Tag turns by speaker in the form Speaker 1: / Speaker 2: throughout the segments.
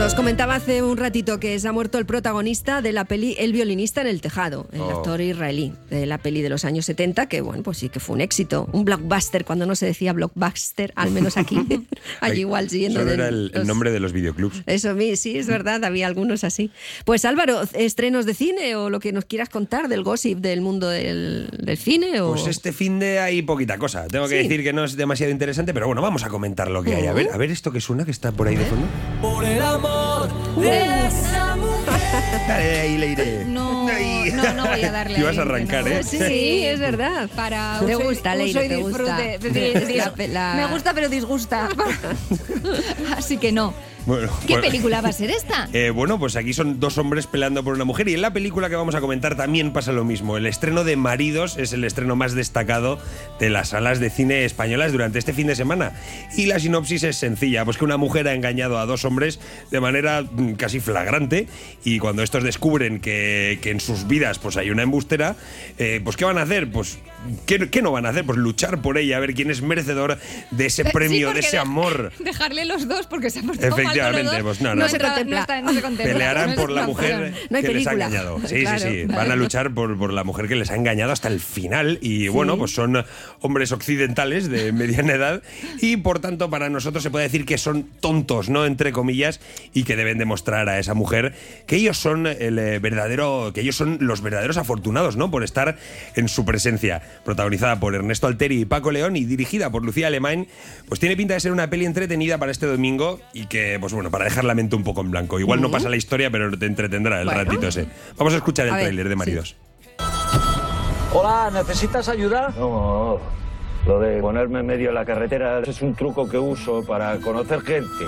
Speaker 1: Pues comentaba hace un ratito que se ha muerto el protagonista de la peli El violinista en el tejado, el
Speaker 2: Oh.
Speaker 1: actor israelí de la peli de los años 70, que bueno, pues sí que fue un éxito, un blockbuster, cuando no se decía blockbuster, al menos aquí, allí igual siguiendo.
Speaker 2: Solo
Speaker 1: de
Speaker 2: era el, el
Speaker 1: los-
Speaker 2: nombre de los videoclubs.
Speaker 1: Eso mi- sí, es verdad, había algunos así. Pues Álvaro, estrenos de cine o lo que nos quieras contar del gossip del mundo del, del cine o...
Speaker 2: Pues este fin de hay poquita cosa. Tengo que
Speaker 1: Sí.
Speaker 2: decir que no es demasiado interesante, pero bueno, vamos a comentar lo que hay. A ver, a ver esto que suena que está por ahí de fondo.
Speaker 3: Por el amor
Speaker 1: de
Speaker 3: esa mujer.
Speaker 2: Dale, ahí le iré.
Speaker 4: No,
Speaker 2: Ahí.
Speaker 4: no, no voy a darle
Speaker 2: Ibas
Speaker 4: ahí,
Speaker 2: a arrancar,
Speaker 4: no.
Speaker 2: ¿eh?
Speaker 1: Sí, es verdad.
Speaker 4: Para
Speaker 1: Te
Speaker 4: uso y-
Speaker 1: gusta, Leire,
Speaker 4: uso y
Speaker 1: te gusta.
Speaker 4: disfrute. Di-
Speaker 1: Es
Speaker 4: di-
Speaker 1: la pe- la-
Speaker 4: Me gusta, pero disgusta. Así que no.
Speaker 2: Bueno,
Speaker 4: ¿Qué
Speaker 2: bueno.
Speaker 4: película va a ser esta?
Speaker 2: Eh, bueno, pues aquí son dos hombres peleando por una mujer y en la película que vamos a comentar también pasa lo mismo. El estreno de Maridos es el estreno más destacado de las salas de cine españolas durante este fin de semana. Y la sinopsis es sencilla, pues que una mujer ha engañado a dos hombres de manera mm, casi flagrante y cuando estos descubren que, que en sus vidas pues hay una embustera, eh, pues ¿qué van a hacer? Pues ¿qué, qué no van a hacer? Pues luchar por ella, a ver quién es merecedor de ese
Speaker 4: Eh, Sí,
Speaker 2: premio, de
Speaker 4: porque
Speaker 2: ese
Speaker 4: de-
Speaker 2: amor.
Speaker 4: Dejarle los dos porque se han portado mal con los
Speaker 2: Efectivamente,
Speaker 4: dos.
Speaker 2: pues no, no.
Speaker 4: se
Speaker 1: No se
Speaker 4: contempla. No, está- no se contempla.
Speaker 2: Pelearán
Speaker 4: No
Speaker 2: por
Speaker 4: se
Speaker 2: la
Speaker 4: contempla.
Speaker 2: mujer
Speaker 1: No hay
Speaker 2: que les ha
Speaker 1: película.
Speaker 2: engañado. Sí,
Speaker 1: Claro,
Speaker 2: sí, sí.
Speaker 1: vale.
Speaker 2: Van a luchar por, por la mujer que les ha engañado hasta el final. Y bueno, pues son hombres occidentales de mediana edad. Y por tanto, para nosotros se puede decir que son tontos, ¿no? Entre comillas, y que deben demostrar a esa mujer que ellos son el eh, verdadero. que ellos son los verdaderos afortunados, ¿no? Por estar en su presencia. Protagonizada por Ernesto Alteri y Paco León y dirigida por Lucía Alemán, pues tiene pinta de ser una peli entretenida para este domingo y que, pues bueno, para dejar la mente un poco en blanco. Igual no pasa la historia, pero te entretendrá el
Speaker 1: Bueno.
Speaker 2: ratito ese. Vamos a escuchar el
Speaker 1: A ver,
Speaker 2: tráiler de
Speaker 1: sí.
Speaker 2: Maridos.
Speaker 5: Hola, ¿necesitas ayuda?
Speaker 6: No, lo de ponerme en medio de la carretera es un truco que uso para conocer gente.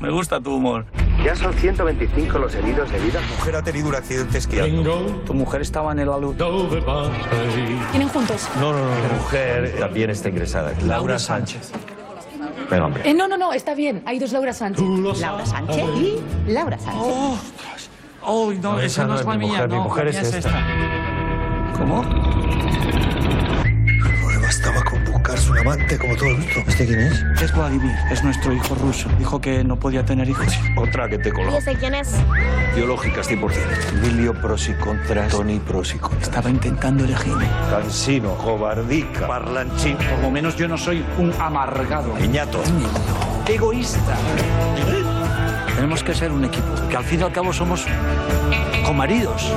Speaker 5: Me gusta tu humor.
Speaker 6: Ya son 125 los heridos de vida.
Speaker 7: mujer ha tenido un accidente esquiando.
Speaker 5: Tu mujer estaba en el alud.
Speaker 8: Vienen juntos.
Speaker 6: No, no, no. La mujer también está ingresada. Laura Sánchez. Venga, hombre.
Speaker 8: Eh, no, no, no, está bien. Hay dos Laura Sánchez.
Speaker 9: Laura Sánchez y Laura Sánchez.
Speaker 5: Oh, no, esa no es la
Speaker 6: mi
Speaker 5: mía.
Speaker 6: mujer,
Speaker 5: no,
Speaker 6: mi mujer
Speaker 5: la
Speaker 6: es
Speaker 5: mía
Speaker 6: esta.
Speaker 5: ¿Cómo?
Speaker 7: No le bastaba con buscarse un amante como todo el mundo. ¿Este quién es?
Speaker 5: Es Vladimir, es nuestro hijo ruso. Dijo que no podía tener hijos.
Speaker 7: Otra que te coloca.
Speaker 9: sé quién es.
Speaker 7: Biológicas 100%. Emilio pros y contras. Tony pros y contras.
Speaker 5: Estaba intentando elegirme.
Speaker 7: Cansino, cobardica, parlanchín,
Speaker 5: Por lo menos yo no soy un amargado.
Speaker 7: piñato.
Speaker 5: Egoísta. Tenemos que ser un equipo, que al fin y al cabo somos comaridos.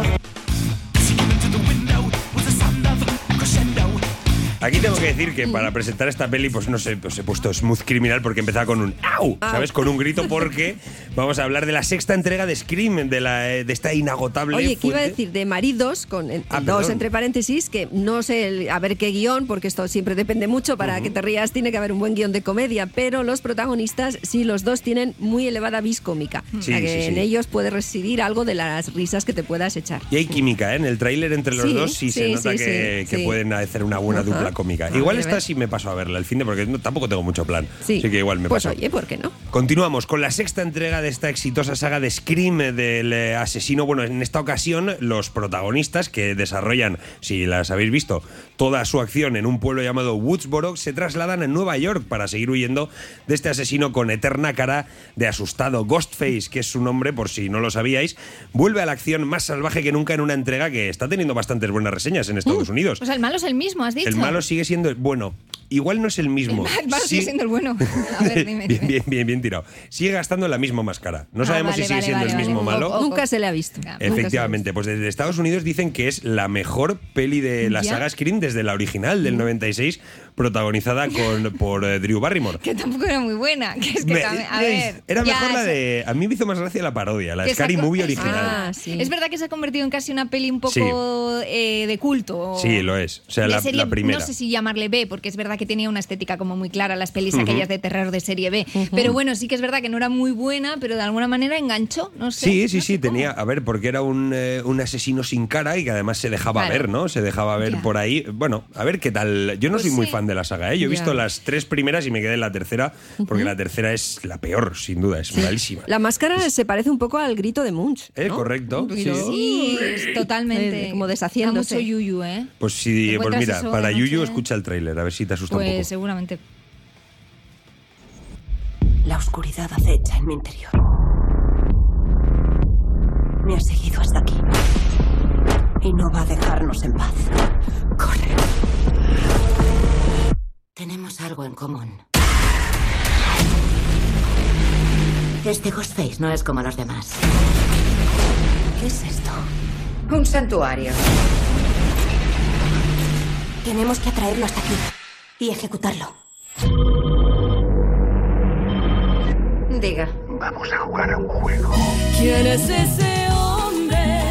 Speaker 2: Aquí tengo que decir que para presentar esta peli, pues no sé, pues he puesto Smooth Criminal porque empezaba con un ¡au!
Speaker 1: Ah.
Speaker 2: ¿Sabes? Con un grito porque vamos a hablar de la sexta entrega de Scream, de, la, eh, de esta inagotable.
Speaker 1: Oye, ¿qué iba a
Speaker 2: fuente.
Speaker 1: decir? De maridos, con en-
Speaker 2: Ah,
Speaker 1: dos
Speaker 2: perdón.
Speaker 1: entre paréntesis, que no sé el- a ver qué guión, porque esto siempre depende mucho, para que te rías tiene que haber un buen guión de comedia, pero los protagonistas, sí, los dos tienen muy elevada vis cómica. o sea
Speaker 2: Sí,
Speaker 1: que
Speaker 2: sí, sí.
Speaker 1: en ellos puede residir algo de las risas que te puedas echar.
Speaker 2: Y hay química, ¿eh? En el tráiler entre los
Speaker 1: Sí,
Speaker 2: dos y se
Speaker 1: sí,
Speaker 2: nota
Speaker 1: sí,
Speaker 2: que,
Speaker 1: sí,
Speaker 2: que
Speaker 1: sí.
Speaker 2: pueden hacer una buena
Speaker 1: Ajá.
Speaker 2: dupla cómica.
Speaker 1: Habrá
Speaker 2: igual
Speaker 1: que
Speaker 2: esta
Speaker 1: ver.
Speaker 2: sí me paso a verla el fin de porque no- tampoco tengo mucho plan.
Speaker 1: Sí.
Speaker 2: Así que igual me
Speaker 1: Pues
Speaker 2: paso.
Speaker 1: oye, ¿por qué no?
Speaker 2: Continuamos con la sexta entrega de esta exitosa saga de Scream del eh, asesino. Bueno, en esta ocasión los protagonistas que desarrollan, si las habéis visto, toda su acción en un pueblo llamado Woodsboro se trasladan a Nueva York para seguir huyendo de este asesino con eterna cara de asustado. Ghostface, que es su nombre por si no lo sabíais, vuelve a la acción más salvaje que nunca en una entrega que está teniendo bastantes buenas reseñas en Estados Unidos.
Speaker 4: O sea, el malo es el mismo, has dicho.
Speaker 2: El malo sigue siendo el bueno. Igual no es el mismo.
Speaker 4: El malo sigue
Speaker 2: Sí-
Speaker 4: siendo el bueno. A ver,
Speaker 2: bien,
Speaker 4: dime. dime.
Speaker 2: bien, bien, bien tirado. Sigue gastando la misma máscara. No
Speaker 4: Ah,
Speaker 2: sabemos
Speaker 4: vale,
Speaker 2: si sigue
Speaker 4: vale,
Speaker 2: siendo
Speaker 4: vale, Oh,
Speaker 2: el
Speaker 4: vale.
Speaker 2: mismo
Speaker 4: Un
Speaker 2: malo.
Speaker 4: poco.
Speaker 1: Nunca se le ha visto.
Speaker 4: Nunca se le ha
Speaker 2: Efectivamente, pues desde Estados Unidos dicen que es la mejor peli de la
Speaker 4: Ya. Mm.
Speaker 2: saga Scream desde la original del 96, protagonizada con, por eh, Drew Barrymore.
Speaker 4: Que tampoco era muy buena. Que es que
Speaker 2: Me-
Speaker 4: también- a ver,
Speaker 2: era
Speaker 4: ya,
Speaker 2: mejor la
Speaker 4: eso-
Speaker 2: de. A mí me hizo más gracia la parodia, la
Speaker 4: que se ha
Speaker 2: Scary
Speaker 4: co-
Speaker 2: Movie
Speaker 4: es-
Speaker 2: original.
Speaker 1: Ah, sí.
Speaker 4: Es verdad que se ha convertido en casi una peli un poco eh, de culto.
Speaker 2: Sí, lo es. O sea,
Speaker 4: De
Speaker 2: la-
Speaker 4: serie-
Speaker 2: la primera.
Speaker 4: No sé si llamarle B, porque es verdad que tenía una estética como muy clara las pelis aquellas de terror de serie B. Pero bueno, sí que es verdad que no era muy buena, pero de alguna manera enganchó. No sé.
Speaker 2: Sí, sí, sí,
Speaker 4: no sé cómo.
Speaker 2: tenía, a ver, porque era un, eh, un asesino sin cara y que además se dejaba
Speaker 4: Claro.
Speaker 2: ver, ¿no? Se dejaba ver
Speaker 4: Ya.
Speaker 2: por ahí. Bueno, a ver qué tal. Yo no
Speaker 4: Pues
Speaker 2: soy muy
Speaker 4: sí.
Speaker 2: fan de la saga, ¿eh? Yo he
Speaker 1: Ya.
Speaker 2: visto las tres primeras y me quedé en la tercera, porque la tercera es la peor, sin duda, es malísima.
Speaker 1: La máscara se parece un poco al grito de Munch.
Speaker 2: Eh,
Speaker 1: ¿no?
Speaker 2: correcto.
Speaker 1: Un
Speaker 2: sí.
Speaker 1: grito.
Speaker 4: Sí, es totalmente.
Speaker 1: Eh, como deshaciéndose.
Speaker 4: Da Mucho yuyu, ¿eh?
Speaker 2: Pues
Speaker 4: ¿Te
Speaker 2: sí, pues
Speaker 4: encuentras
Speaker 2: mira,
Speaker 4: eso de
Speaker 2: para Yuyu
Speaker 4: noche?
Speaker 2: Pues escucha el tráiler, a ver si te asusta un
Speaker 4: Pues
Speaker 2: poco.
Speaker 4: seguramente.
Speaker 10: La oscuridad acecha en mi interior. Me ha seguido hasta aquí. Y no va a dejarnos en paz. Corre. Tenemos algo en común. Este Ghostface no es como los demás. ¿Qué es esto?
Speaker 11: Un santuario.
Speaker 10: Tenemos que atraerlo hasta aquí y ejecutarlo.
Speaker 11: Diga.
Speaker 7: Vamos a jugar a un juego.
Speaker 3: ¿Quién es ese hombre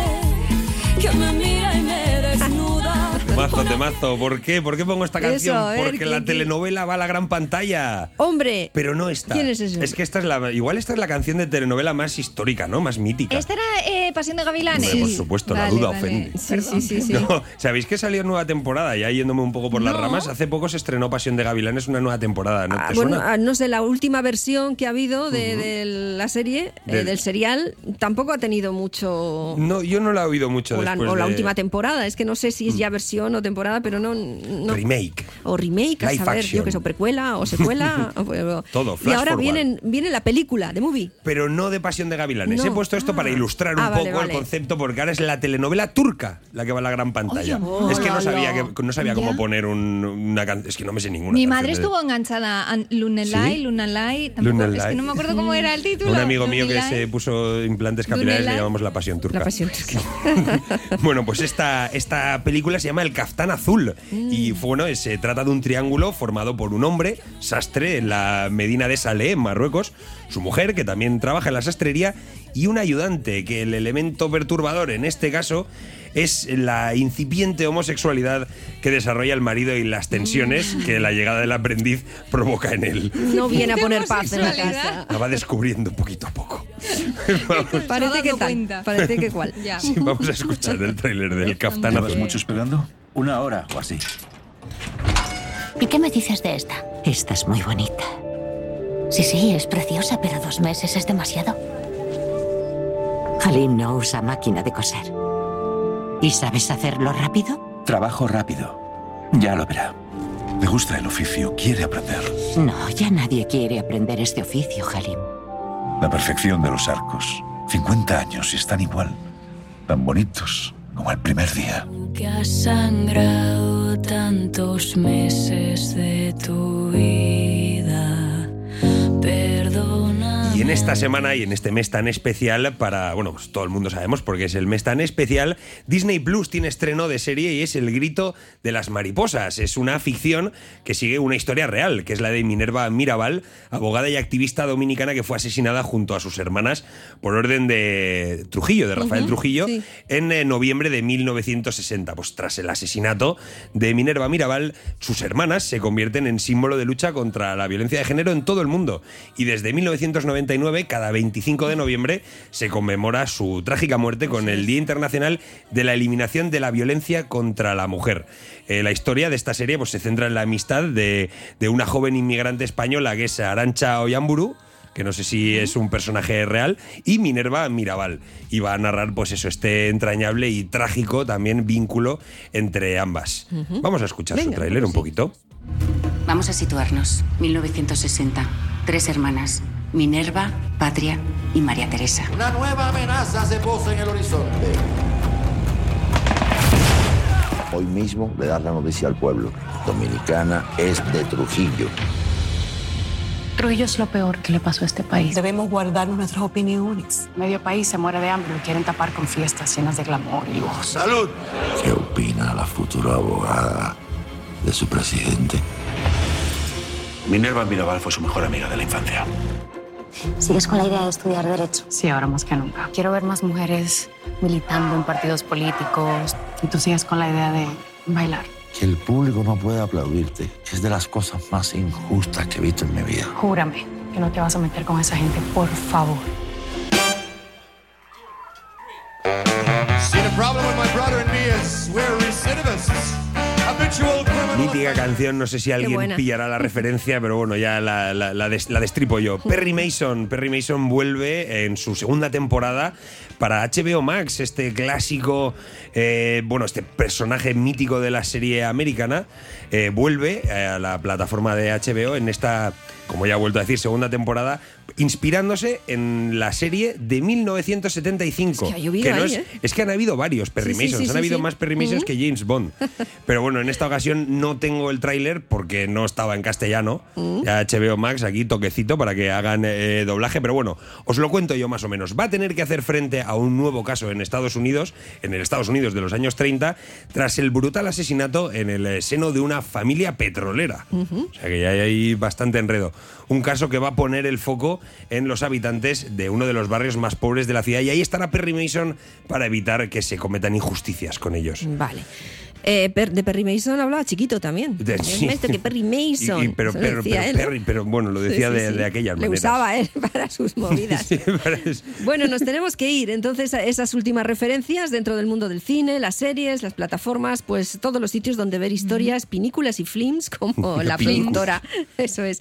Speaker 3: que me mira y me desnuda?
Speaker 2: Mazo, temazo. ¿Por qué? ¿Por qué pongo esta
Speaker 1: Eso,
Speaker 2: canción?
Speaker 1: a ver,
Speaker 2: Porque
Speaker 1: ¿qué-
Speaker 2: la
Speaker 1: qué?
Speaker 2: telenovela va a la gran pantalla.
Speaker 1: Hombre,
Speaker 2: Pero no esta.
Speaker 1: ¿Quién es ese?
Speaker 2: que esta es la. Igual esta es la canción de telenovela más histórica, ¿no? Más mítica.
Speaker 4: ¿Esta era eh, Pasión de Gavilanes?
Speaker 2: Hombre, por supuesto, la duda ofende.
Speaker 4: Sí, sí, sí. sí.
Speaker 2: No, ¿Sabéis que salió nueva temporada? Ya yéndome un poco por las ramas. Hace poco se estrenó Pasión de Gavilanes, una nueva temporada. ¿No te
Speaker 1: Bueno,
Speaker 2: suena?
Speaker 1: ah, no sé, la última versión que ha habido de, de la serie, eh,
Speaker 2: Del-
Speaker 1: del serial, tampoco ha tenido mucho...
Speaker 2: No, yo no la he oído mucho
Speaker 1: O la,
Speaker 2: después
Speaker 1: o la
Speaker 2: de- Mm.
Speaker 1: última temporada, es que no sé si es ya versión o temporada, pero no... no-
Speaker 2: Remake.
Speaker 1: O remake, a
Speaker 2: Live
Speaker 1: saber,
Speaker 2: action.
Speaker 1: yo que sé, o precuela o secuela. o- o-
Speaker 2: Todo,
Speaker 1: y
Speaker 2: flash
Speaker 1: ahora
Speaker 2: forward.
Speaker 1: vienen, viene la película, de movie.
Speaker 2: Pero no de Pasión de Gavilanes.
Speaker 1: No.
Speaker 2: He puesto esto para ilustrar un
Speaker 1: Ah, vale,
Speaker 2: poco
Speaker 1: vale.
Speaker 2: el concepto, porque ahora es la telenovela turca la que va a la gran pantalla.
Speaker 4: Oye,
Speaker 2: es que no
Speaker 4: mola.
Speaker 2: sabía, que, no sabía cómo
Speaker 4: Ya.
Speaker 2: poner un- una canción. Es que no me sé ninguna.
Speaker 4: Mi
Speaker 2: canción
Speaker 4: madre
Speaker 2: de-
Speaker 4: estuvo enganchada a Lunelai,
Speaker 2: ¿Sí?
Speaker 4: Lunalai. Tampoco, es
Speaker 2: Lunelai.
Speaker 4: que no me acuerdo cómo era el título.
Speaker 2: Un amigo mío que
Speaker 4: Lunelai.
Speaker 2: se puso implantes capilares le
Speaker 4: Dunelai.
Speaker 2: llamamos la pasión turca.
Speaker 1: La pasión turca.
Speaker 2: Bueno, pues esta, esta película se llama El Caftán Azul y
Speaker 1: Mm.
Speaker 2: bueno, se trata de un triángulo formado por un hombre, sastre, en la Medina de Salé, en Marruecos, su mujer, que también trabaja en la sastrería, y un ayudante, que el elemento perturbador en este caso es la incipiente homosexualidad que desarrolla el marido y las tensiones
Speaker 1: Mm.
Speaker 2: que la llegada del aprendiz provoca en él.
Speaker 1: No viene a poner paz en la
Speaker 4: Homosexualidad.
Speaker 1: casa. Pues
Speaker 2: La va descubriendo poquito a poco.
Speaker 1: Parece que
Speaker 4: dado
Speaker 1: tal,
Speaker 4: cuenta.
Speaker 1: parece que cual.
Speaker 4: Ya.
Speaker 2: Sí, vamos a escuchar el tráiler del Caftán
Speaker 5: ¿Llevas
Speaker 2: Azul.
Speaker 5: mucho esperando? Una hora o así.
Speaker 10: ¿Y qué me dices de esta? Esta es muy bonita. Sí, sí, es preciosa, pero dos meses es demasiado. Halim no usa máquina de coser. ¿Y sabes hacerlo rápido?
Speaker 5: Trabajo rápido. Ya lo verá. Me gusta el oficio, quiere aprender.
Speaker 10: No, ya nadie quiere aprender este oficio, Halim.
Speaker 5: La perfección de los arcos. 50 años y están igual. Tan bonitos como el primer día.
Speaker 3: Que has sangrado tantos meses de tu vida. Perdona.
Speaker 2: Y en esta semana y en este mes tan especial para, bueno, pues todo el mundo sabemos porque es el mes tan especial, Disney Plus tiene estreno de serie y es El grito de las mariposas. Es una ficción que sigue una historia real, que es la de Minerva Mirabal, abogada y activista dominicana que fue asesinada junto a sus hermanas por orden de Trujillo, de Rafael Trujillo,
Speaker 1: sí.
Speaker 2: en eh, noviembre de 1960. Pues tras el asesinato de Minerva Mirabal, sus hermanas se convierten en símbolo de lucha contra la violencia de género en todo el mundo. Y desde 1999, cada 25 de noviembre, se conmemora su trágica muerte con el Día Internacional de la Eliminación de la Violencia contra la Mujer. Eh, la historia de esta serie pues, se centra en la amistad de, de una joven inmigrante española que es Arancha Oyamburu que no sé si es un personaje real, y Minerva Mirabal. Y va a narrar, pues eso, este entrañable y trágico también vínculo entre ambas. Vamos a escuchar su
Speaker 1: Venga,
Speaker 2: tráiler un poquito.
Speaker 12: Vamos a situarnos. 1960. Tres hermanas. Minerva, Patria y María Teresa.
Speaker 13: Una nueva amenaza se posa en el horizonte.
Speaker 6: Hoy mismo le das la noticia al pueblo. Dominicana es de Trujillo.
Speaker 8: Trujillo es lo peor que le pasó a este país. Debemos guardar nuestras opiniones. Medio país se muere de hambre, lo quieren tapar con fiestas llenas de glamour y lujo.
Speaker 13: ¡Salud!
Speaker 7: ¿Qué opina la futura abogada de su presidente?
Speaker 5: Minerva Mirabal fue su mejor amiga de la infancia.
Speaker 8: ¿Sigues con la idea de estudiar Derecho? Sí, ahora más que nunca. Quiero ver más mujeres militando en partidos políticos. Y tú sigues con la idea de bailar.
Speaker 7: Que el público no pueda aplaudirte es de las cosas más injustas que he visto en mi vida.
Speaker 8: Júrame que no te vas a meter con esa gente, por favor.
Speaker 13: See, the problem with my brother and me is we're recidivists. Habitual criminals.
Speaker 2: Mítica canción, no sé si alguien
Speaker 1: buena.
Speaker 2: pillará la referencia, pero bueno, ya la, la- la des- la destripo yo. Perry Mason, Perry Mason vuelve en su segunda temporada para HBO Max, este clásico, eh, bueno, este personaje mítico de la serie americana, eh, vuelve a la plataforma de HBO en esta, como ya he vuelto a decir, segunda temporada, inspirándose en la serie de 1975.
Speaker 1: Es que ha llovido
Speaker 2: no
Speaker 1: ahí,
Speaker 2: es,
Speaker 1: ¿eh?
Speaker 2: es que han habido varios Perry
Speaker 1: Sí, sí, sí,
Speaker 2: Masons,
Speaker 1: sí,
Speaker 2: han habido
Speaker 1: sí.
Speaker 2: más Perry Masons
Speaker 1: Ujú.
Speaker 2: que James Bond. Pero bueno, en esta ocasión no tengo el tráiler porque no estaba en castellano.
Speaker 1: Mm.
Speaker 2: Ya HBO Max aquí toquecito para que hagan eh, doblaje, pero bueno, os lo cuento yo más o menos. Va a tener que hacer frente a un nuevo caso en Estados Unidos, en el Estados Unidos de los años 30, tras el brutal asesinato en el eh, seno de una familia petrolera. O sea que ya hay ahí bastante enredo. Un caso que va a poner el foco en los habitantes de uno de los barrios más pobres de la ciudad y ahí estará Perry Mason para evitar que se cometan injusticias con ellos.
Speaker 1: Vale. Eh, Per- de Perry Mason hablaba chiquito también.
Speaker 2: De-
Speaker 1: Es
Speaker 2: sí.
Speaker 1: esto que Perry Mason.
Speaker 2: Y- y- pero,
Speaker 1: Eso lo
Speaker 2: pero,
Speaker 1: decía
Speaker 2: pero
Speaker 1: él, ¿no?
Speaker 2: Perry, pero bueno, lo
Speaker 1: Sí,
Speaker 2: decía
Speaker 1: sí,
Speaker 2: de,
Speaker 1: sí.
Speaker 2: de aquellas
Speaker 1: Le
Speaker 2: maneras.
Speaker 1: usaba él para sus movidas.
Speaker 2: Sí, parece-
Speaker 1: Bueno, nos tenemos que ir. Entonces, a esas últimas referencias dentro del mundo del cine, las series, las plataformas, pues todos los sitios donde ver historias, pinículas y films, como la
Speaker 2: Pinículas.
Speaker 1: pintora. Eso es.